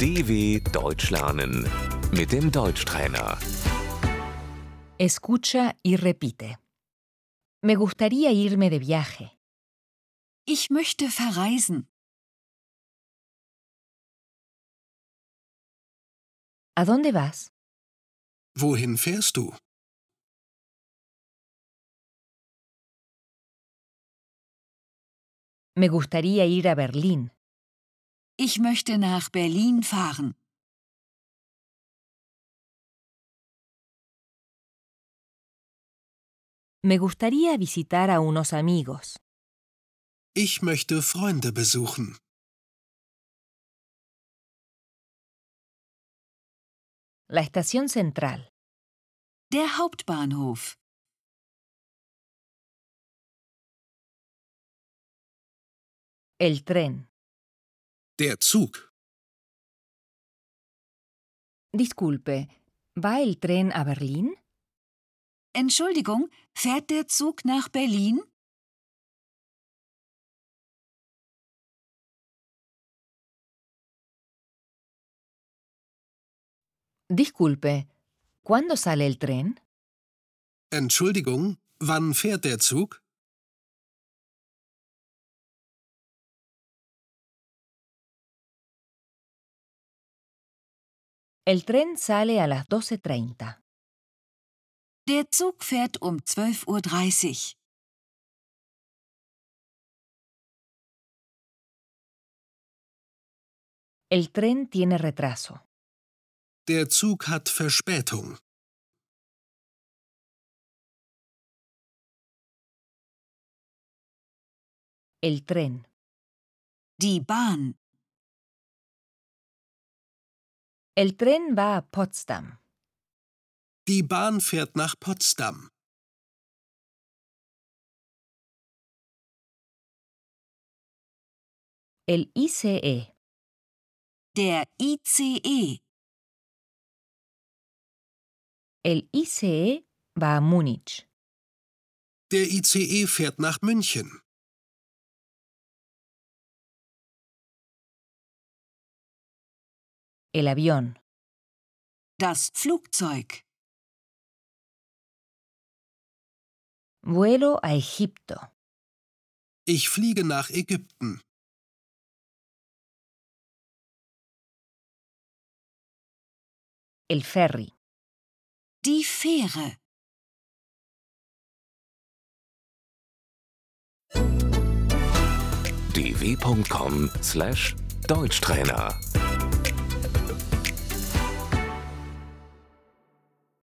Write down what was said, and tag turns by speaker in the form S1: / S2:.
S1: DW Deutsch lernen mit dem Deutschtrainer.
S2: Escucha y repite. Me gustaría irme de viaje.
S3: Ich möchte verreisen.
S2: ¿A dónde vas?
S4: Wohin fährst du?
S2: Me gustaría ir a Berlín.
S3: Ich möchte nach Berlin fahren.
S2: Me gustaría visitar a unos amigos.
S4: Ich möchte Freunde besuchen.
S2: La estación central.
S3: Der Hauptbahnhof.
S2: El tren.
S4: Der Zug.
S2: Disculpe, ¿va el tren a Berlín?
S3: Entschuldigung, fährt der Zug nach Berlin?
S2: Disculpe, ¿cuándo sale el tren?
S4: Entschuldigung, wann fährt der Zug?
S2: El tren sale a las 12.30.
S3: Der Zug fährt um 12.30 Uhr.
S2: El tren tiene retraso.
S4: Der Zug hat Verspätung.
S2: El tren.
S3: Die Bahn.
S2: El tren va a Potsdam.
S4: Die Bahn fährt nach Potsdam.
S2: El E. ICE.
S3: Der E. ICE.
S2: El ICE va a Múnich.
S4: Der ICE fährt nach München.
S2: El avión.
S3: Das Flugzeug.
S2: Vuelo a Egipto.
S4: Ich fliege nach Ägypten.
S2: El ferry.
S3: Die Fähre.
S1: dw.com/deutschtrainer